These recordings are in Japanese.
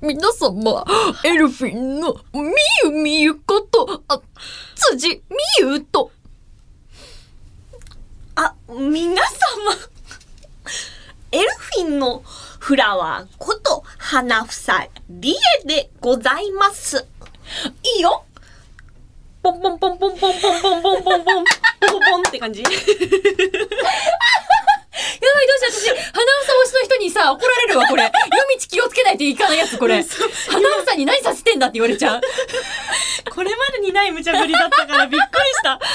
皆様、エルフィンのみゆみゆこと、あ、辻みゆと、あ、皆様。エルフィンのフラワーこと花房リエでございます。いいよポンポンポンポンポ ンポンポンポンポンポンポンポンって感じ。やばいどうやばいどうしよう私、花房推しの人にさ、怒られるわ、こ れ。夜道気をつけないといかないやつ、こ れ。花房に何させてんだって言われちゃう。これまでにない無茶ぶりだったからびっくりした。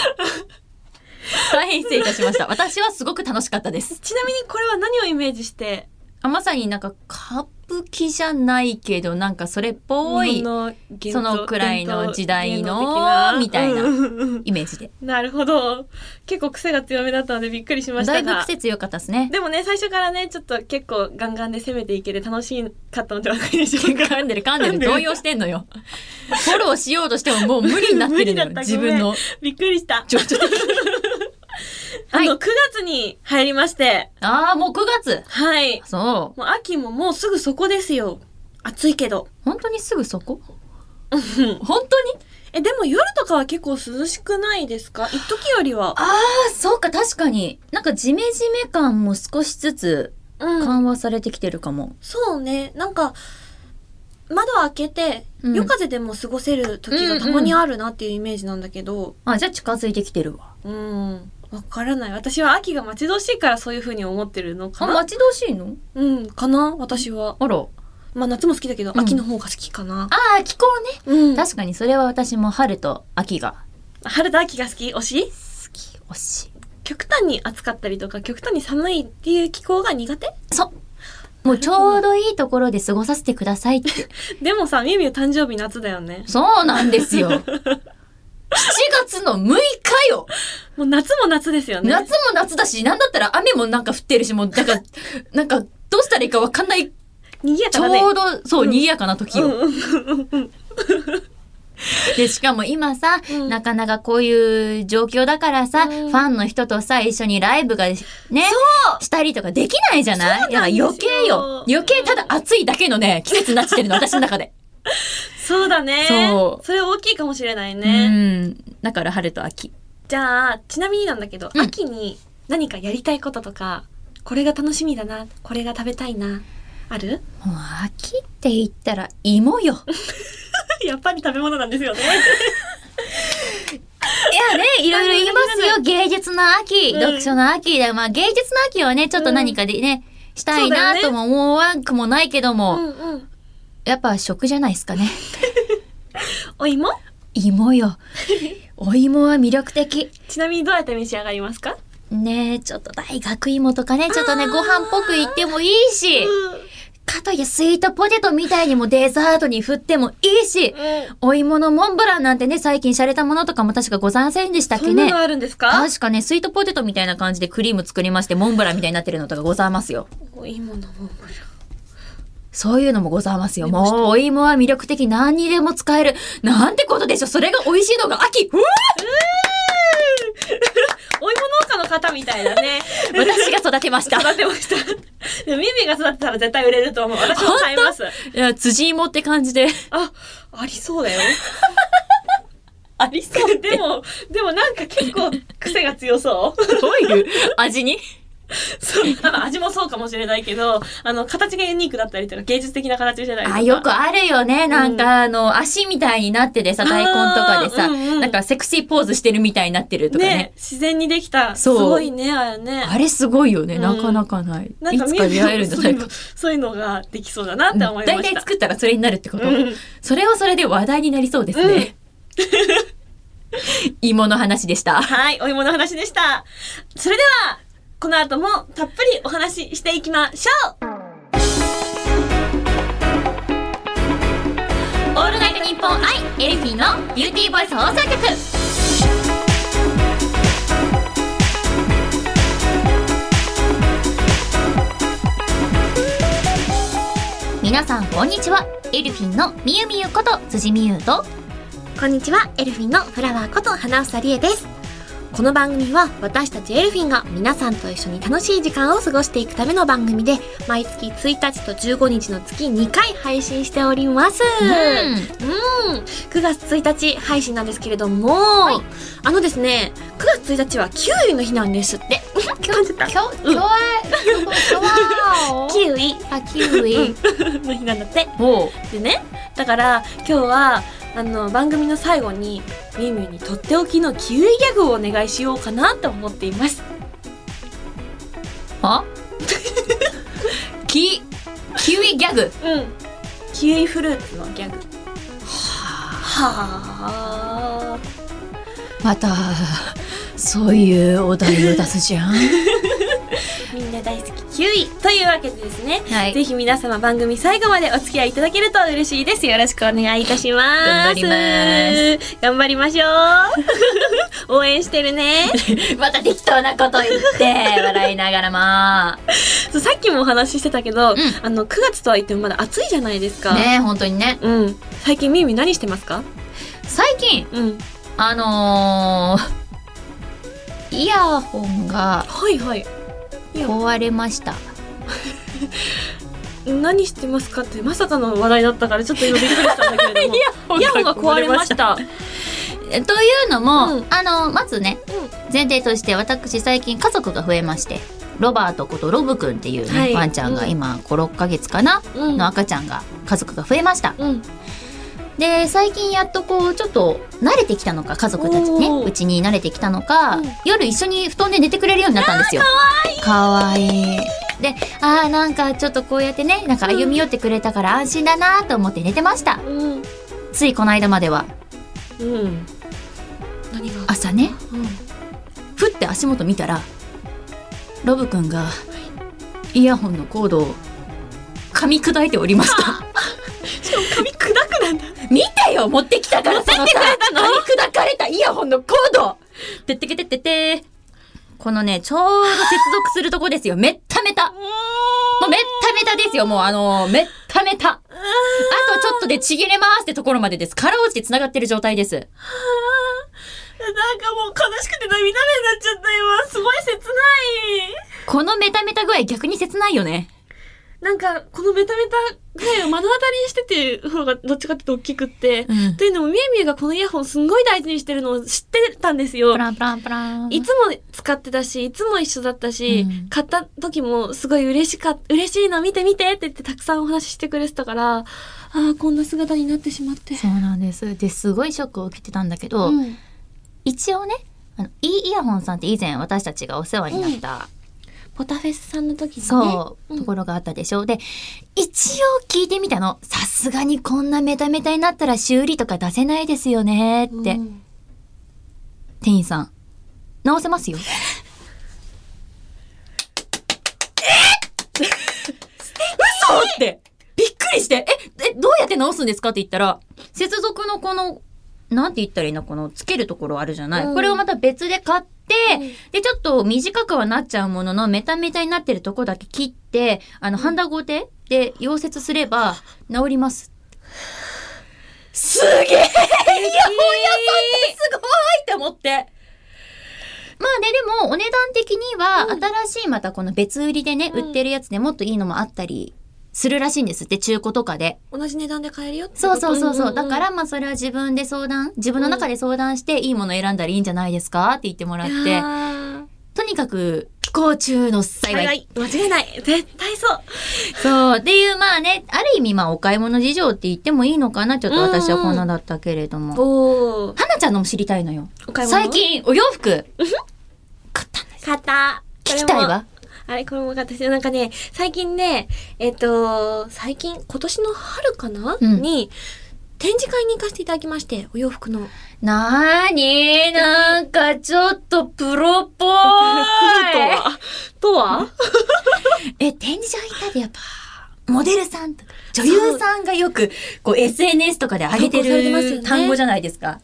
大変失礼いたしました。私はすごく楽しかったです。ちなみにこれは何をイメージして、あまさになんか、歌舞伎じゃないけど、なんかそれっぽ日い本の現そ像のくらいの時代の伝統芸能的みたいなうんうんうん イメージで。なるほど。結構癖が強めだったのでびっくりしましただが。いぶ癖強かったですね。でもね最初からねちょっと結構ガンガンで攻めていけて楽しかったのではないでし ょうか 噛んでる噛んでる動揺してんのよ。フォローしようとしてももう無理になってるのよ 無理だった自分のびっくりした情緒的に。あはいの9月に入りまして ああ、もう9月。はいそもう秋ももうすぐそこですよ暑いけどう。本当にすぐそこうん本当に えでも夜とかは結構涼しくないですか一時よりはああ、そうか、確かに。なんかジメジメ感も少しずつうん緩和されてきてるかも。そうねなんか窓開けて、うん夜風でも過ごせる時がたまにあるなっていうイメージなんだけどあ、じゃあ近づいてきてるわ。うんわからない私は秋が待ち遠しいからそういう風に思ってるのかあ、な待ち遠しいのうん、かな私は。あら。あまあ夏も好きだけど、うん秋の方が好きかな。あ、気候ね。うん。確かにそれは私も春と秋が春と秋が好き推し好き、推し。極端に暑かったりとか、極端に寒いっていう気候が苦手そう。もうちょうどいいところで過ごさせてくださいって。でもさ、みゆみゆ誕生日夏だよね。そうなんですよ。7月の6日よもう夏も夏ですよね。夏も夏だし、なんだったら雨もなんか降ってるし、もう、なん か、なんか、どうしたらいいかわかんない、賑やちかょだね。うど、そう、うん賑やかな時よ。うんうんうんで、しかも今さ、うんなかなかこういう状況だからさ、うんファンの人とさ、一緒にライブがね、したりとかできないじゃないそうなんですよだから余計よ。余計ただ暑いだけのね、季節になっちゃっ てるの、私の中で。そうだね。そうれ大きいかもしれないね。うん。だから春と秋。じゃあ、ちなみになんだけど、うん秋に何かやりたいこととか、これが楽しみだな、これが食べたいな、あるもう秋って言ったら芋よ。 やっぱり食べ物なんですよね。い やね、いろいろ言いますよ。芸術の秋、うん読書の秋だ。まあ芸術の秋はね、ちょっと何かでね、したいなとも思わんくもないけどうも、んうん。やっぱ食じゃないですかね。お芋芋 よ。お芋は魅力的。ちなみにどうやって召し上がりますかねえ、ちょっと大学芋とかね、ちょっとね、あーご飯っぽくいってもいいし、かといえスイートポテトみたいにもデザートに振ってもいいし、お芋のモンブランなんてね、最近洒落たものとかも確かございませんでしたっそけんなねの。あるんですか確かね、スイートポテトみたいな感じでクリーム作りまして、モンブランみたいになってるのとかございますよ。お芋のモンブラン。そういうのもございますよ。出ましたもう、お芋は魅力的。何にでも使える。なんてことでしょ。それが美味しいのが秋。 うわお芋農家の方みたいな ね。私が育てま した。い育てました。でもミミが育てたら絶対売れると思う。私も買います。や、辻芋って感じで。あ、ありそう だよ。ありそうって。でも、でもなんか結構癖が強そう。どういう味に そう。あの味もそうかもしれないけど、あの、形がユニークだったりとか、芸術的な形じゃないですか。 あ、よくあるよね。なんか、あの、足みたいになっててさ、大根とかでさ、あーうんうんなんかセクシーポーズしてるみたいになってるとかね。ね、自然にできた。すそうごいね、あれね。あれすごいよね。うんなかなかない。なんいかつミかミ出会えるんじゃないか。そういうのができそうだなって思いま大し体た。作ったらそれになるってこと、うんそれはそれで話題になりそうですね。芋の話でした。はい、お芋の話でした。それでは、この後もたっぷりお話ししていきましょうオールナイトニッポンアイエルフィーのビューティーボイス放送局。皆さんこんにちは。エルフィンのみゆみゆこと辻みゆとこんにちは、エルフィンのフラワーこと花房理恵です。この番組は私たちエルフィンが皆さんと一緒に楽しい時間を過ごしていくための番組で毎月1日と15日の月2回配信しております。うん、9月1日配信なんですけれども、いあのですね、9月1日はキウイの日なんですって。感じ た今日、今日は、今日は、キウイあ、キウイ。の日なんだって。おう。でね、だから今日は、あの、番組の最後に、みゆみゆにとっておきのキウイギャグをお願いしようかなと思っています。あキ、キウイギャグ。うん。キウイフルーツのギャグ。ははあ。あ、また、そういうお題を出すじゃん。みんな大好きキウイというわけでですね。 はぜひ皆様番組最後までお付き合いいただけると嬉しいです。よろしくお願いいたします。。頑張ります頑張りましょう。応援してるね。また適当なこと言って、 笑いながらまそうさっきもお話ししてたけど、んあの9月とは言ってもまだ暑いじゃないですか。あ。ねえ本当にね。うん。最近みゆみ何してますか？最近、うん。あのー、イヤホンがはいはい。壊れました。何してますかってまさかの話題だったからちょっと今びっくりしたんだけれど も。イイヤホンが壊れまし。た。 というのも、うんあのまずね、前提として私最近家族が増えましてロバートことロブくんっていうね、はいワンちゃんが今56ヶ月かな、うん。うんの赤ちゃんが家族が増えましたうん。で最近やっとこうちょっと慣れてきたのか家族たちねおーうちに慣れてきたのか、うん夜一緒に布団で寝てくれるようになったんですよ。かわいいであーなんかちょっとこうやってねなんか歩み寄ってくれたから安心だなと思って寝てましたうん。ついこの間まではうん。何が？朝ねうん。ふって足元見たらロブくんがイヤホンのコードを噛み砕いておりま した髪砕くなんだ。見てよ持ってきたからそのさ 噛み砕かれたイヤホンのコードてってけてっててこのねちょうど接続するとこですよめっためたもうめっためたですよもうあのーめっためたあとちょっとでちぎれますってところまでですかろうじて繋がってる状態ですなんかもう悲しくて涙目になっちゃった今。すごい切ない。このメタメタ具合逆に切ないよねなんか、このメタメタぐらいを目の当たりにしてて方がどっちかっていうと大きくって。うんというのも、みえみえがこのイヤホンすんごい大事にしてるのを知ってたんですよプ。ランプランプランいつも使ってたし、いつも一緒だったし、うん買った時もすごい嬉しかっ、嬉しいの見て見てって言ってたくさんお話ししてくれてたから、ああ、こんな姿になってしまっ て。そうなんです。で、すごいショックを受けてたんだけど、うん一応ね、あの、いいイヤホンさんって以前私たちがお世話になった、ポタフェスさんの時にね。そう、うんところがあったでしょ。で、一応聞いてみたの。さすがにこんなメタメタになったら修理とか出せないですよねって、うん店員さん。直せますよ。嘘ってびっくりして、え、え、どうやって直すんですかって言ったら、接続のこの、なんて言ったらいいのこの、つけるところあるじゃない、うんこれをまた別で買って、うんで、ちょっと短くはなっちゃうものの、メタメタになってるとこだけ切って、あの、ハンダゴテで溶接すれば、治ります。すげえイヤホン屋さんってすごいって思って。まあね、でも、お値段的には、新しいまたこの別売りでね、うん売ってるやつでもっといいのもあったりするらしいんですって、中古とかで。同じ値段で買えるよってことそうそうそうそう。だか、んんら、まあそれは自分で相談、自分の中で相談して、いいもの選んだらいいんじゃないですかって言ってもらっいてや、ーとにかく、不幸中の幸い。間違いない絶対そうそう。っていう、まあね、ある意味、まあお買い物事情って言ってもいいのかな。ちょっと私はこんなだったけれども。おはなちゃんのも知りたいのよ。お買い物最近、お洋服、買ったんです。買った聞きたいわ。あれこれも買ったしなんかね最近ねえっ、と最近今年の春かな、うんに展示会に行かせていただきましてお洋服のなーになんかちょっとプロっぽいとは え、展示場行ったでやっぱ、モデルさんとか、女優さんがよく、こう SNS とかで上げて投稿されてますよるね単語じゃないですか。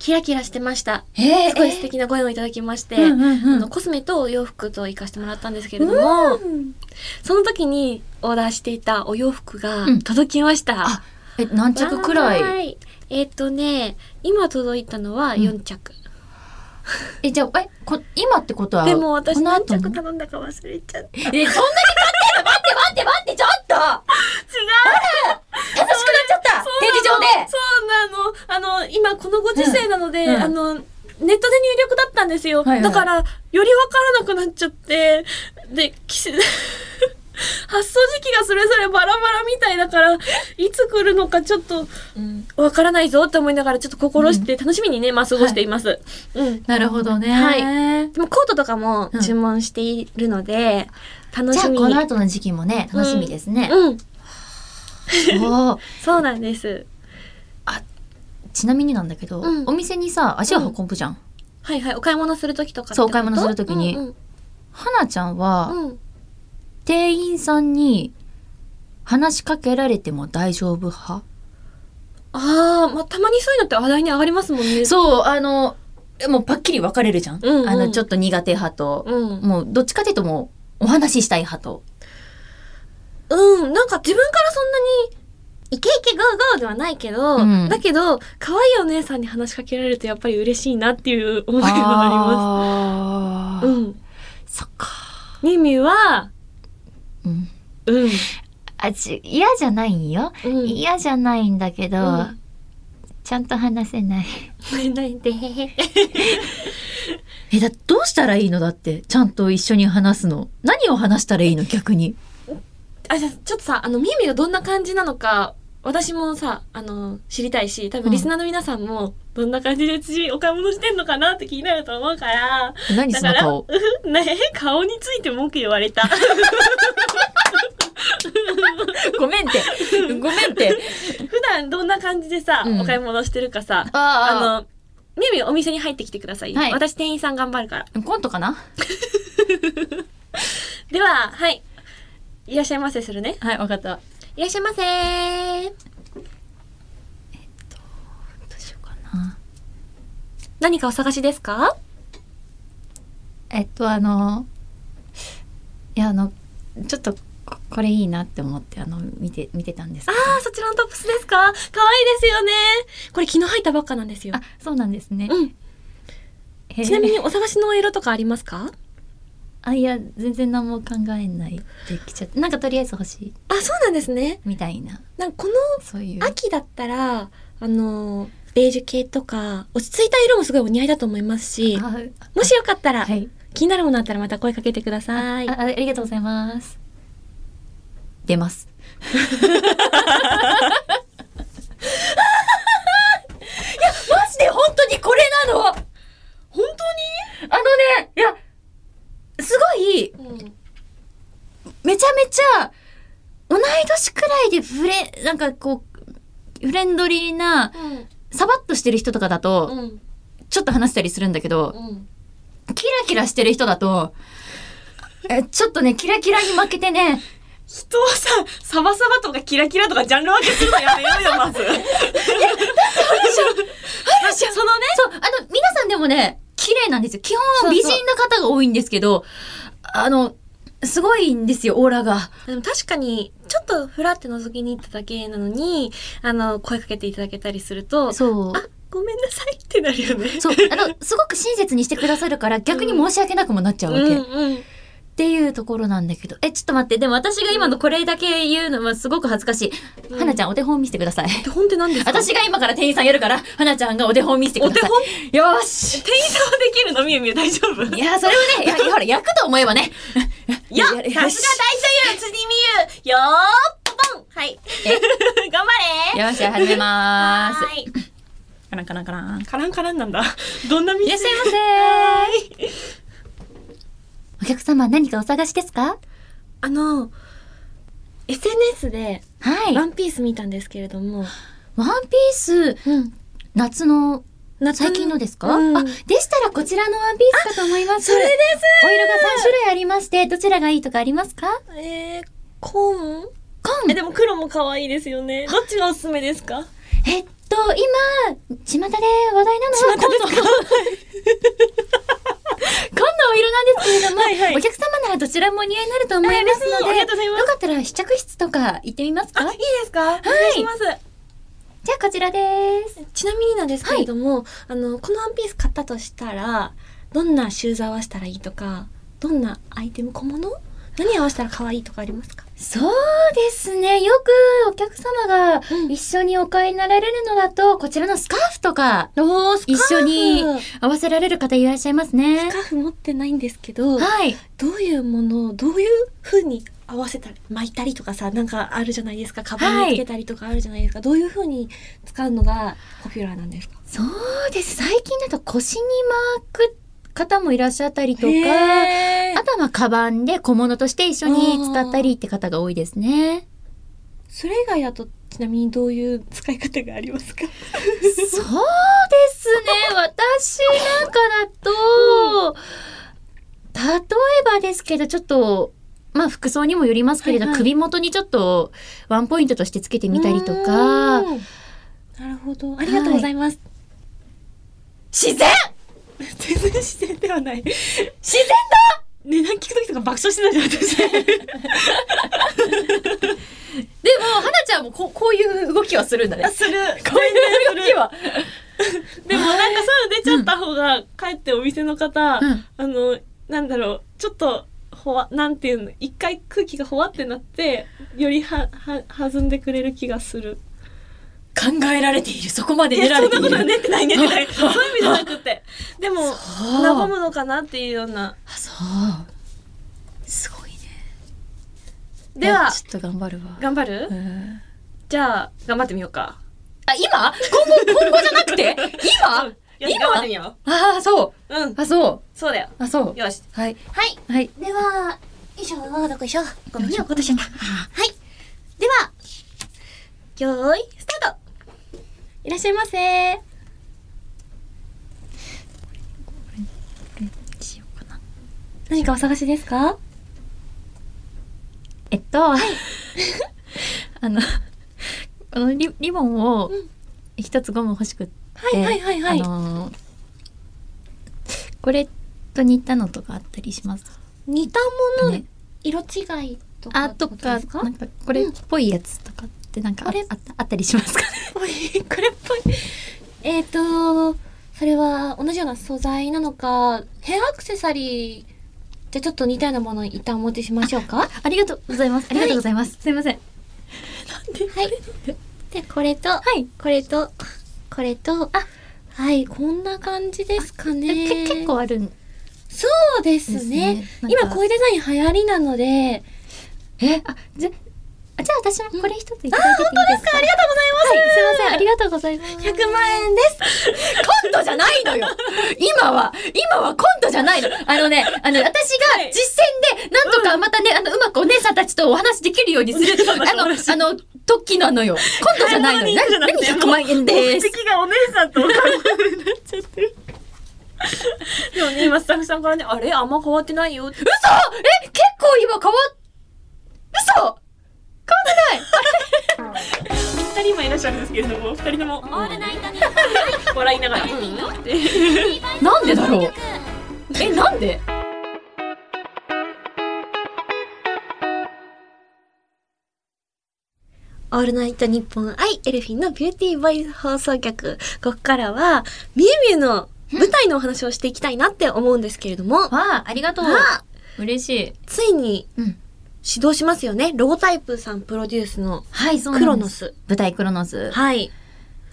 キラキラしてましたえーすごい素敵なご縁をいただきまして、えーうんうんあうんのコスメとお洋服と行かせてもらったんですけれども、その時にオーダーしていたお洋服がうん届きました、あえ、何着くらいいえっ、とね、今届いたのはん4着。え、じゃあ、え、こ、今ってことは、でも私この何後着も頼んだか忘れちゃった。違え、うそんなに買ってる待って待って待って、ちょっと楽しくなっちゃった展示場でそうなの。あの、今このご時世なので、うんうんあの、ネットで入力だったんですよ。はいはいだから、よりわからなくなっちゃって、で、き し発送時期がそれぞれバラバラみたいだから、いつ来るのかちょっとわからないぞって思いながら、ちょっと心して楽しみにね、まあ過ごしています。うん。なるほどね。はいい。でもコートとかもうん注文しているので、楽じゃしあ、みに。この後の時期もね、楽しみですね。うん。 おーそうなんです。ちなみになんだけど、うんお店にさ、足を運ぶじゃん。はいはい。お買い物するときとかってこと。そうお買い物する時にうん花ちゃんは、うんうん店員さんに話しかけられても大丈夫派ああ、まあ、たまにそういうのって話題に上がりますもんね。そう、あの、もうパッキリ分かれるじゃん。うんうんあの、ちょっと苦手派と、うん。もうどっちかというともうお話ししたい派と。うん。なんか自分からそんなに、イケイケゴーゴーではないけど、うんだけど、可愛いお姉さんに話しかけられるとやっぱり嬉しいなっていう思いがありあます。うん。そっか。ミミは、うん。うん。あ、ち、嫌じゃないんよ。うん。嫌じゃないんだけど、うんちゃんと話せない。ないで。え、だ、どうしたらいいのだって、ちゃんと一緒に話すの。何を話したらいいの逆に。あ、じゃあちょっとさ、あの、ミミがどんな感じなのか、私もさ、あの、知りたいし、多う分んリスナーの皆さんも、どんな感じで次お買い物してんのかなって気になると思うから、 何だそかのら、顔う。ふね顔について文句言われ た。ごめんって。ごめんって。普段どんな感じでさ、うんお買い物してるかさ、ああの、ミミお店に入ってきてください。はい私店員さん頑張るから。あの、コントかなでは、はい。いらっしゃいませするね。はい、わかった。いらっしゃいませどうしようかな。何かお探しですかえっと、あの、いや、あの、ちょっと、ここれいいなって思って、あの、見て、見てたんですけど。ああ、そちらのトップスですか可愛いですよね。これ昨日入ったばっかなんですよあ。そうなんですね。うん。へーちなみにお探しの色とかありますかあ、いや、全然何も考えないできちゃって、なんかとりあえず欲しい、あ、そうなんですね。みたいな、なんかこそういうの。秋だったら、あのー、ベージュ系とか、落ち着いた色もすごいお似合いだと思いますし、あもしよかったら、はい、気になるものあったらまた声かけてください。あ。ありがとうございます。出ます。いや、マジで本当にこれなのあの本ね、いや、すごい、当に、めちゃめちゃ、同い年くらいでフレ、なんかこう、フレンドリーな、サバッとしてる人とかだと、ん。うん。ちょっと話したりするんだけど、うん。キラキラしてる人だと、え、ちょっとね、キラキラに負けてね、人はさ、サバサバとかキラキラとかジャンル分けするのやめようよ、 まず。いや、だってあるじゃん。そのね、 そう、あの、皆さんでもね、綺麗なんですよ。基本は美人な方が多いんですけど、あの、すごいんですよ、オーラが。でも確かに、ちょっとふらって覗きに行っただけなのに、あの、声かけていただけたりすると、そあ、ごめんなさいってなるよね。う。 そう、あの、すごく親切にしてくださるから、逆に申し訳なくもなっちゃうわけ。うんっうん。ていうところなんだけど。え、ちょっと待って、でも私が今のこれだけ言うのはすごく恥ずかしい。うんはなちゃん、お手本見せてくだ さい。手本って何ですか私が今から店員さんやるから、はなちゃんがお手本見せてくおだ手さい。本よーし店員さんはできるのみゆみゆ大丈夫いや、それを ね、いや、ほら、焼くと思えばね。い や、さすがや大る女優、辻美優、よーっぽんはい。 頑張れよっしゃ、始めまーす。ーい。カランカランカラン。いカランカランなんだ。どんな店らっしゃいませー。お客様、何かお探しですかあの、SNS ではい。ワワンンピース見たんですけれども、ピース、夏の、夏最近のですか、うんあ、でしたらこちらのワンピースかと思います。それですお色が3種類ありまして、どちらがいいとかありますかえー、コーンコンえ、でも黒も可愛いですよね。どっちがおすすめですかえっと、今、巷で話題なのは、今度、今度お色なんですけれども、はいはいお客様ならどちらもお似合いになると思いますあ嬉しいのあで、りがとうございますよかったら試着室とか行ってみますあ、かいいですかはい。お願いします。じゃあこちらです。ちなみになんですけれども、あの、このワンピース買ったとしたら、どんなシューズ合わせたらいいとか、どんなアイテム、小物何合わせたら可愛いとかありますかそうですね。よくお客様が一緒にお買いになられるのだと、こちらのスカーフとかおー、ス一緒にス合わせられる方いらっしゃいますねカ。ーフ持ってないんですけど、どはい。ういうものをどういう風に合わせたら、巻いたりとかさ、なんかあるじゃないですか。カバンにつけたりとかあるじゃないですか。どういう風に使うのがポピュラーなんですかそうです。最近だと腰に巻く方もいらっしゃったりとか、へーあとはまあカバンで小物として一緒に使ったりって方が多いですね。それ以外だと、ちなみにどういう使い方がありますかそうですね。私なんかだと、例えばですけど、ちょっと、まあ服装にもよりますけれど、はいはい首元にちょっとワンポイントとしてつけてみたりとうか、ーんなるほど。ありがとうございます。自然全然自然ではない。自然値段聞くときとか爆笑してたじゃ ん、私。でも、はなちゃんもこうこういう動きはするんだね。する。こういう動き は。でもなんかそういうの出ちゃった方が、帰ってお店の方、うんあの、なんだろう、ちょっと、ほわ、なんていうの、一回空気がほわってなって、よりは、は、弾んでくれる気がする。考えられている。そこまでい練や、らそれんてる。ないことは出てない、出て ない。そういう意味じゃなくて。でも、そう和むのかなっていうような。あ、そう。すごいね。では、ちょっと頑張るわ。頑張るうんじゃあ、頑張ってみようか。あ、今今後、今後じゃなくて今よし、今頑張ってみよああ、そう。う。うん、あ、そう。そうだよ。あ、そう。よし。はい。はい。はい。では、以上、どこいしょ。ごめんね、落っことしちゃった。はい。では、よーい、スタートいらっしゃいませ。しようかな。何かお探しですかえっと、 あの、このリリボンをうん一つゴム欲しくって、はいはいはいはいあのーこれと似たのとかあったりします似たもの、ね色違いとかあってとことでかすかなんかこれっぽいやつとかってなんかあこれあったあったりしますかねぽい、これっぽい。えっ、ー、と、それは同じような素材なのか、ヘアアクセサリー、じゃあちょっと似たようなものを一旦お持ちしましょうか ありがとうございますありがとうございます、すいませんはい。で、これと、はいこれと、これと、あ、はい、こんな感じですかね。け結。構あるんそうですね。ですねなんか今、こういうデザイン流行りなので、えあじゃあじゃあ私もこれ一ついただいてっていいですか、ありがとうございます。はいすいませんありがと うございます100万円です。コントじゃないのよ今は今はコントじゃないのあのねあの私がはい実践でなんとかまたね、あのうまくお姉さんたちとお話できるようにす るあのあの時なのよコントじゃないのよ買いな何物人じゃなく100て万円です敵がお姉さんとお母さんになっちゃってる。 でもね、今、スタッフさんからね、あれあんま変わってないよって。嘘え結構今変わっ嘘変わってない二人今いらっしゃるんですけれども、二人とも、オールナイトニッポン笑いながら、うんうんって。 なんでだろうえなんでオールナイトニッポン愛エルフィンのビューティーボイス放送局。ここからは、みゆみゆの舞台のお話をしていきたいなって思うんですけれども、わあありがとうあ嬉しいついにうん指導しますよね。ロータイプさんプロデュースのはいそうクなロんでノすス。舞台クロノスはい。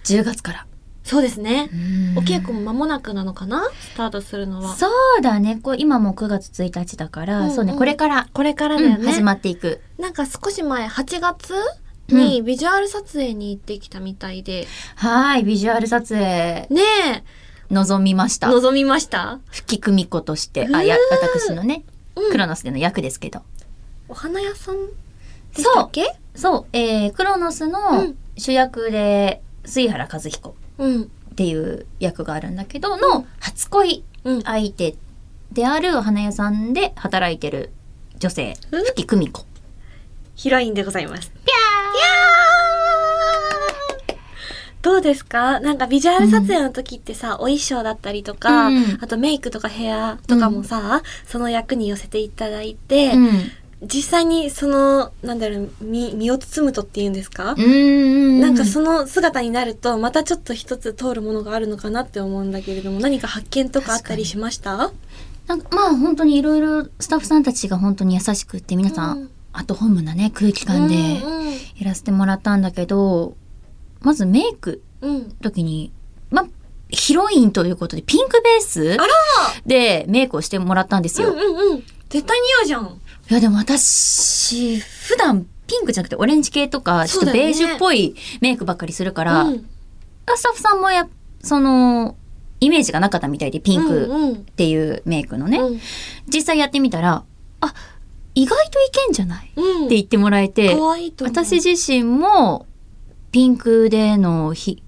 10月からそうですね。お稽古もも間もなくなのかなスタートするのは。そうだねこう今もう9月1日だから、うんうんそうねこれから、これからだうよん、始ね。まっていくなんか少し前、8月にビジュアル撮影に行ってきたみたいで。はーいビジュアル撮影ね望みましえ、た望みました吹き久美子としてあやうー私のねうんクロノスでの役ですけどお花屋さんでしたっけそう、えー、クロノスうのん主役で、水原和彦うん。っていう役があるんだけど、の初恋うん。相手であるお花屋さんで働いてる女性、うん吹久美子。ヒロインでございます。ぴゃーどうですかなんかビジュアル撮影の時ってさ、お衣装だったりとか、うんあとメイクとかヘアとかもさ、その役に寄せていただいて、うん。実際にその、なんだろう、身、身を包むとっていうんですかう、ーん。なんかその姿になると、またちょっと一つ通るものがあるのかなって思うんだけれども、何か発見とかあったりしましたなんかまあ本当にいろいろスタッフさんたちが本当に優しくって皆さん、うんアットホームなね空気感でうんうんやらせてもらったんだけど、まずメイクうん。時にまあヒロインということでピンクベースあらでメイクをしてもらったんですうよ。んうんうん。絶対似合うじゃん。いやでも私普段ピンクじゃなくてオレンジ系とかちょっそとうだよベねージュっぽいメイクばっかりするから、うん、スタッフさんもやそのイメージがなかったみたいでピンクうんうんっていうメイクのね、うん実際やってみたらあ意外といけんじゃないっうん。て言ってもらえて、可愛いと思う私自身もピンクでのひ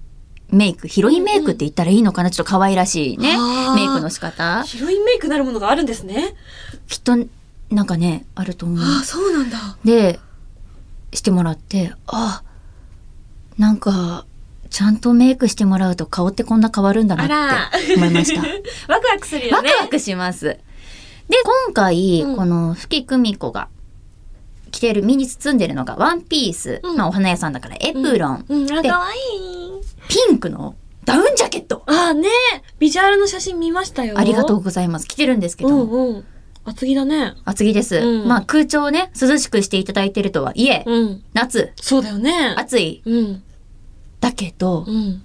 メイクヒロインメイクって言ったらいいのかなちょっと可愛らしいねあーメイクの仕方ヒロインメイクなるものがあるんですね。きっとなんかねあると思うああ、そうなんだ。でしてもらってあなんかちゃんとメイクしてもらうと顔ってこんな変わるんだなって思いました。 ワクワクするよワクね。ワクします。で今回、うんこの吹久美子が着てる身に包んでるのがワンピース、うんまあお花屋さんだからエプロン、うん、あ、で可愛い。ピンクのダウンジャケットああね、ビジュアルの写真見ましたよ。ありがとう。ございます着てるんですけどうも、んうん。厚着だね。厚着です、うんまあ空調をね涼しくしていただいてるとはいえ、うん。夏そうだよね。暑いうん。だけど、うん。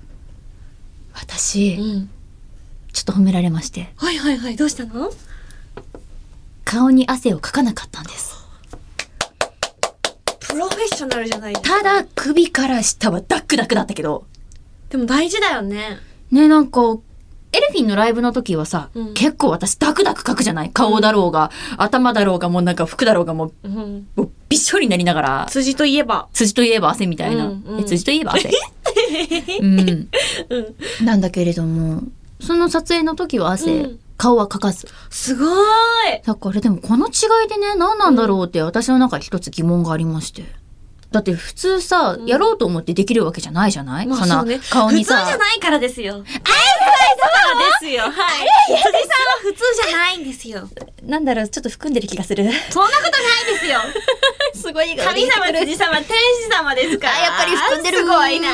私、うん。ちょっと褒められましてはいはいはい。どうしたの顔に汗をかかなかったんですプロフェッショナルじゃない。ただ首から下はダックダックだったけどでも大事だよね。ねなんかエルフィンのライブの時はさ、うん結構私ダクダク書くじゃない顔だろうが、頭だろうがもうなんか服だろうがもうん。うもうびっしょりになりながら辻といえば。辻といえば汗みたいな、うんうんえ辻といえば汗、 うん、うん。なんだけれどもその撮影の時は汗、うん顔はかかずすごーい。だからでもこの違いでね何なんだろうって私の中で一つ疑問がありまして。だって普通さ、うんやろうと思ってできるわけじゃないじゃない、まあそんなそうね顔に普通じゃさ。ないからですよ。あいそうですよ。はい。辻さんは普通じゃないんですよ。なんだろう、ちょっと含んでる気がする。そんなことない ですよ。すごい神 様、辻様、天使様ですから。あやっぱり含んでるすごいなー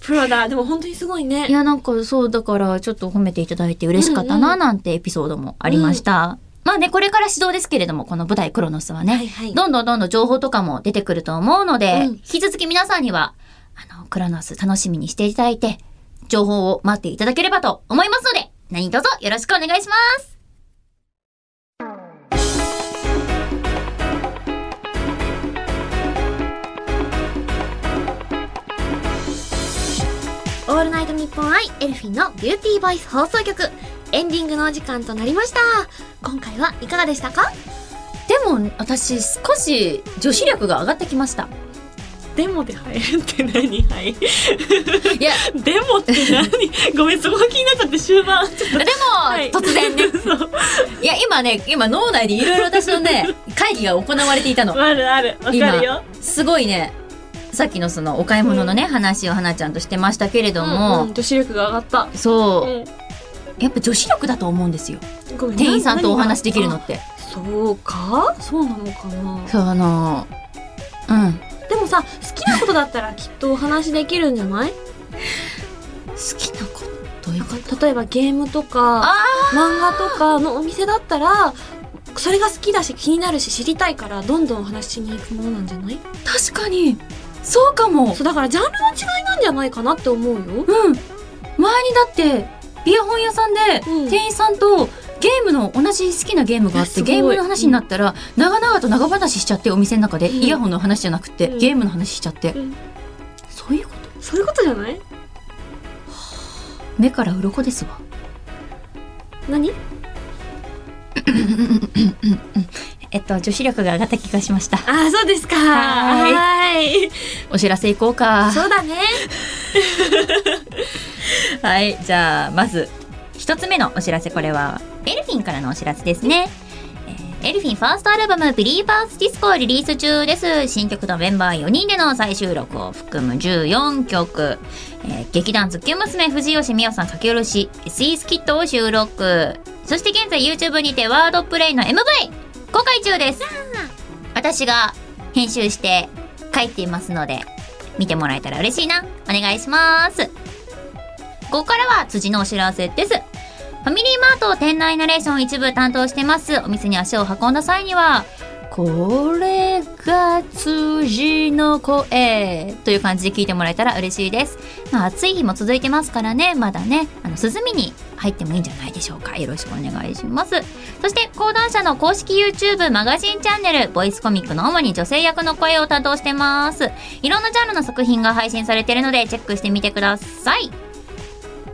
プロだ。でも本当にすごいいね。や、なんかそう、だからちょっと褒めていただいて嬉しかったうんうな、んなんてエピソードもありました。まあね、これから始動ですけれども、この舞台クロノスはね、はいはいどんどんどんどん情報とかも出てくると思うので、うん引き続き皆さんには、あの、クロノス楽しみにしていただいて、情報を待っていただければと思いますので、何卒よろしくお願いします。オールナイトニッポンアイエルフィンのビューティーボイス放送局。エンディングのお時間となりました。今回はいかがでしたかでも、私、少し女子力が上がってきました。デモで入る って何はい。い や、デモって何 ごめん、そこが気になっちゃって終盤。ちょっとでも、はい突然 ね、そう。いや、今ね、今脳内でいろいろ私のね、会議が行われていたの。あるある。わかるよ。すごいねさっきのそのお買い物のね、話をはなちゃんとしてましたけれども、うんうん女子力が上がった。そう、うやっぱ女子力だと思うんですよん、ごめん店員さんとお話できるのあってそうかそうなのかなそうあのうんでもさ好きなことだったらきっとお話できるんじゃない好きなことどういうこと例えばゲームとかあ漫画とかのお店だったらそれが好きだし気になるし知りたいからどんどんお話しに行くものなんじゃない確かにそうかもそうだからジャンルの違いなんじゃないかなって思うようん前にだってビア本屋さんでうん店員さんとゲームの同じ好きなゲームがあっえてすごいゲームの話になったら長々と長話しちゃってお店の中でうんイヤホンの話じゃなくてうんゲームの話しちゃってうんそういうことそういうことじゃない目から鱗ですわ何えっと、女子力が上がった気がしました。ああそうですかはーいーいお知らせいこうか。そうだねはい、じゃあ、まず、一つ目のお知らせ、これは、エルフィンからのお知らせですね。えーエルフィンファーストアルバム、ビリーバーズディスコをリリース中です。新曲のメンバー4人での再収録を含む14曲。えー劇団ズッキュン娘、藤吉美代さん書き下ろし、SE スキットを収録。そして現在 YouTube にてワードプレイの MV、公開中です。私が編集して書いていますので、見てもらえたら嬉しいな。お願いします。ここからは辻のお知らせです。ファミリーマートを店内ナレーション一部担当してます。お店に足を運んだ際には、これが辻の声という感じで聞いてもらえたら嬉しいです。まあ、暑い日も続いてますからね、まだね、あの、涼みに入ってもいいんじゃないでしょうか。よろしくお願いします。そして、講談社の公式 YouTube マガジンチャンネル、ボイスコミックの主に女性役の声を担当してます。いろんなジャンルの作品が配信されてるので、チェックしてみてください。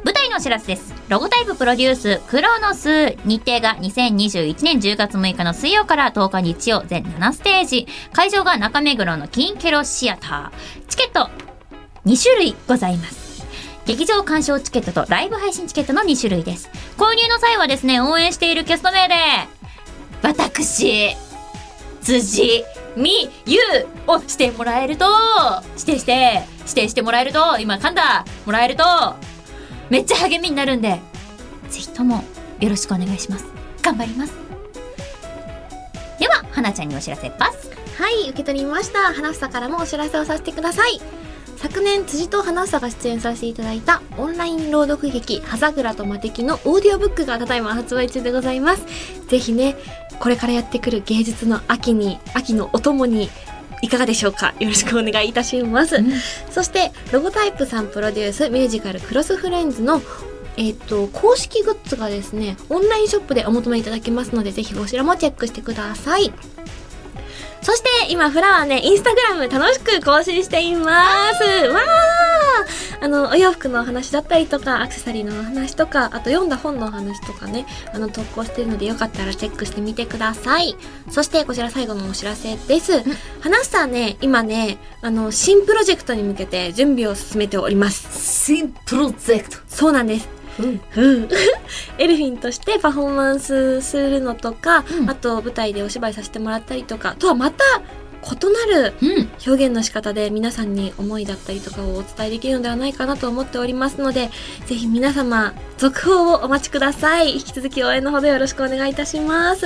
舞台のお知らせです。ロゴタイププロデュース、クロノス。日程が2021年10月6日の水曜から10日日曜、全7ステージ。会場が中目黒の金ケロシアター。チケット、2種類ございます。劇場鑑賞チケットとライブ配信チケットの2種類です。購入の際はですね、応援しているキャスト名で、私、辻、み、ゆを指定もらえると、指定して、指定してもらえると、今噛んだ、もらえると、めっちゃ励みになるんで、ぜひともよろしくお願いします。頑張ります。では、花ちゃんにお知らせパス。はい、受け取りました。花房からもお知らせをさせてください。昨年、辻と花房が出演させていただいたオンライン朗読劇、葉桜と魔敵のオーディオブックがただいま発売中でございます。ぜひね、これからやってくる芸術の秋に、秋のお供に、いかがでしょうかよろしくお願いいたします。そして、ロゴタイプさんプロデュースミュージカルクロスフレンズのえっと、公式グッズがですね、オンラインショップでお求めいただけますので、ぜひこちらもチェックしてください。そして、今、フラはね、インスタグラム楽しく更新しています。わーあの、お洋服のお話だったりとか、アクセサリーのお話とか、あと読んだ本のお話とかね、あの、投稿してるので、よかったらチェックしてみてください。そして、こちら最後のお知らせです。話したね、今ね、あの、新プロジェクトに向けて準備を進めております。新プロジェクト。そうなんです。うんうん、 エルフィンとしてパフォーマンスするのとか、うんあと舞台でお芝居させてもらったりとかとはまた異なるうん。表現の仕方で皆さんに思いだったりとかをお伝えできるのではないかなと思っておりますのでぜひ皆様続報をお待ちください引き続き応援のほどよろしくお願いいたします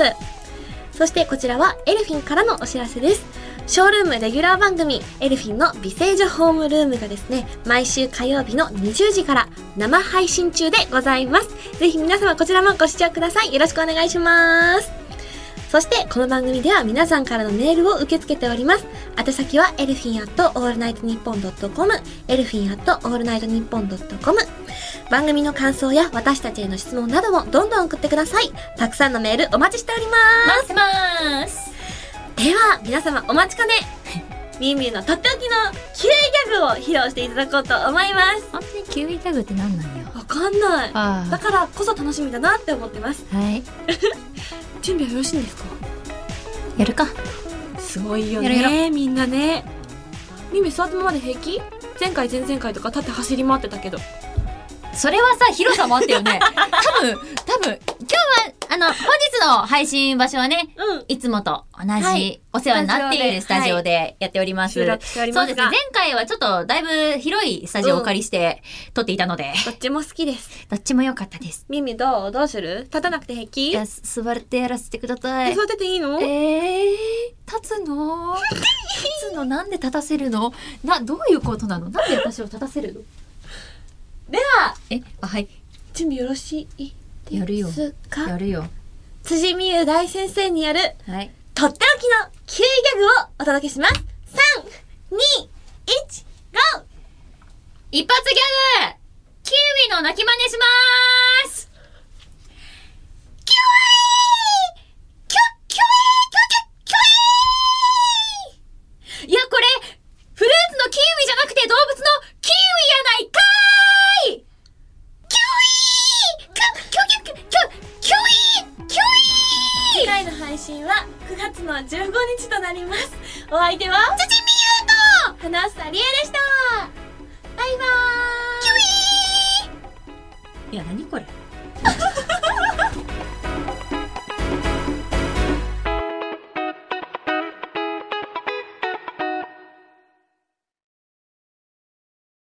そしてこちらはエルフィンからのお知らせですショールームレギュラー番組エルフィンの美声女ホームルームがですね毎週火曜日の20時から生配信中でございますぜひ皆様こちらもご視聴くださいよろしくお願いしますそしてこの番組では皆さんからのメールを受け付けております宛先はエルフィンアットオールナイトニッポンドットコムエルフィンアットオールナイトニッポンドットコム番組の感想や私たちへの質問などもどんどん送ってくださいたくさんのメールお待ちしておりま待ってます。すでは皆様お待ちかね みゆみゆのとっておきの綺麗ギャグを披露していただこうと思います本当にキウイギャグって何なんよ。わかんないだあからこそ楽しみだなって思ってますあ。はい。準備はよろしいんですかやるか。すごいよやろねみんなねみみ座ったままで平気前回前々回とか立って走り回ってたけどそれはさ、広さもあったよ ね。多分、多分、今日は、あの、本日の配信場所はね、うんいつもと同じ、はいお世話になっているススタタジジオオでやっております。収録しておりそうまですすね。が前回はちょっとだいぶ広いスタジオをお借りして撮っていたので、どっちも好きですどっちも良かったです。みみどうどうする立たなくて平い気や、す座ってやらせてください座。ってていいのえー、立つの立つのなんで立たせるのな、どういうことなのなんで私を立たせるのではえ、あ、はい。準備よろしいですかやるよやるよ。辻美優大先生によるはい。とっておきのキレイギャグをお届けします3 2 1ゴー一発ギャグキウイの鳴き真似しまーすキュイキュ、キュイキュキュ、キュイいや、これ、フルーツのキウイじゃなくて動物のキウイやないかーいキュイキュ、キュ、キュ、キュ、キュイキュイ次回の配信は9月の15日となりますお相手は辻美優と花房理恵でしたバイバーイキュイいや、なにこれ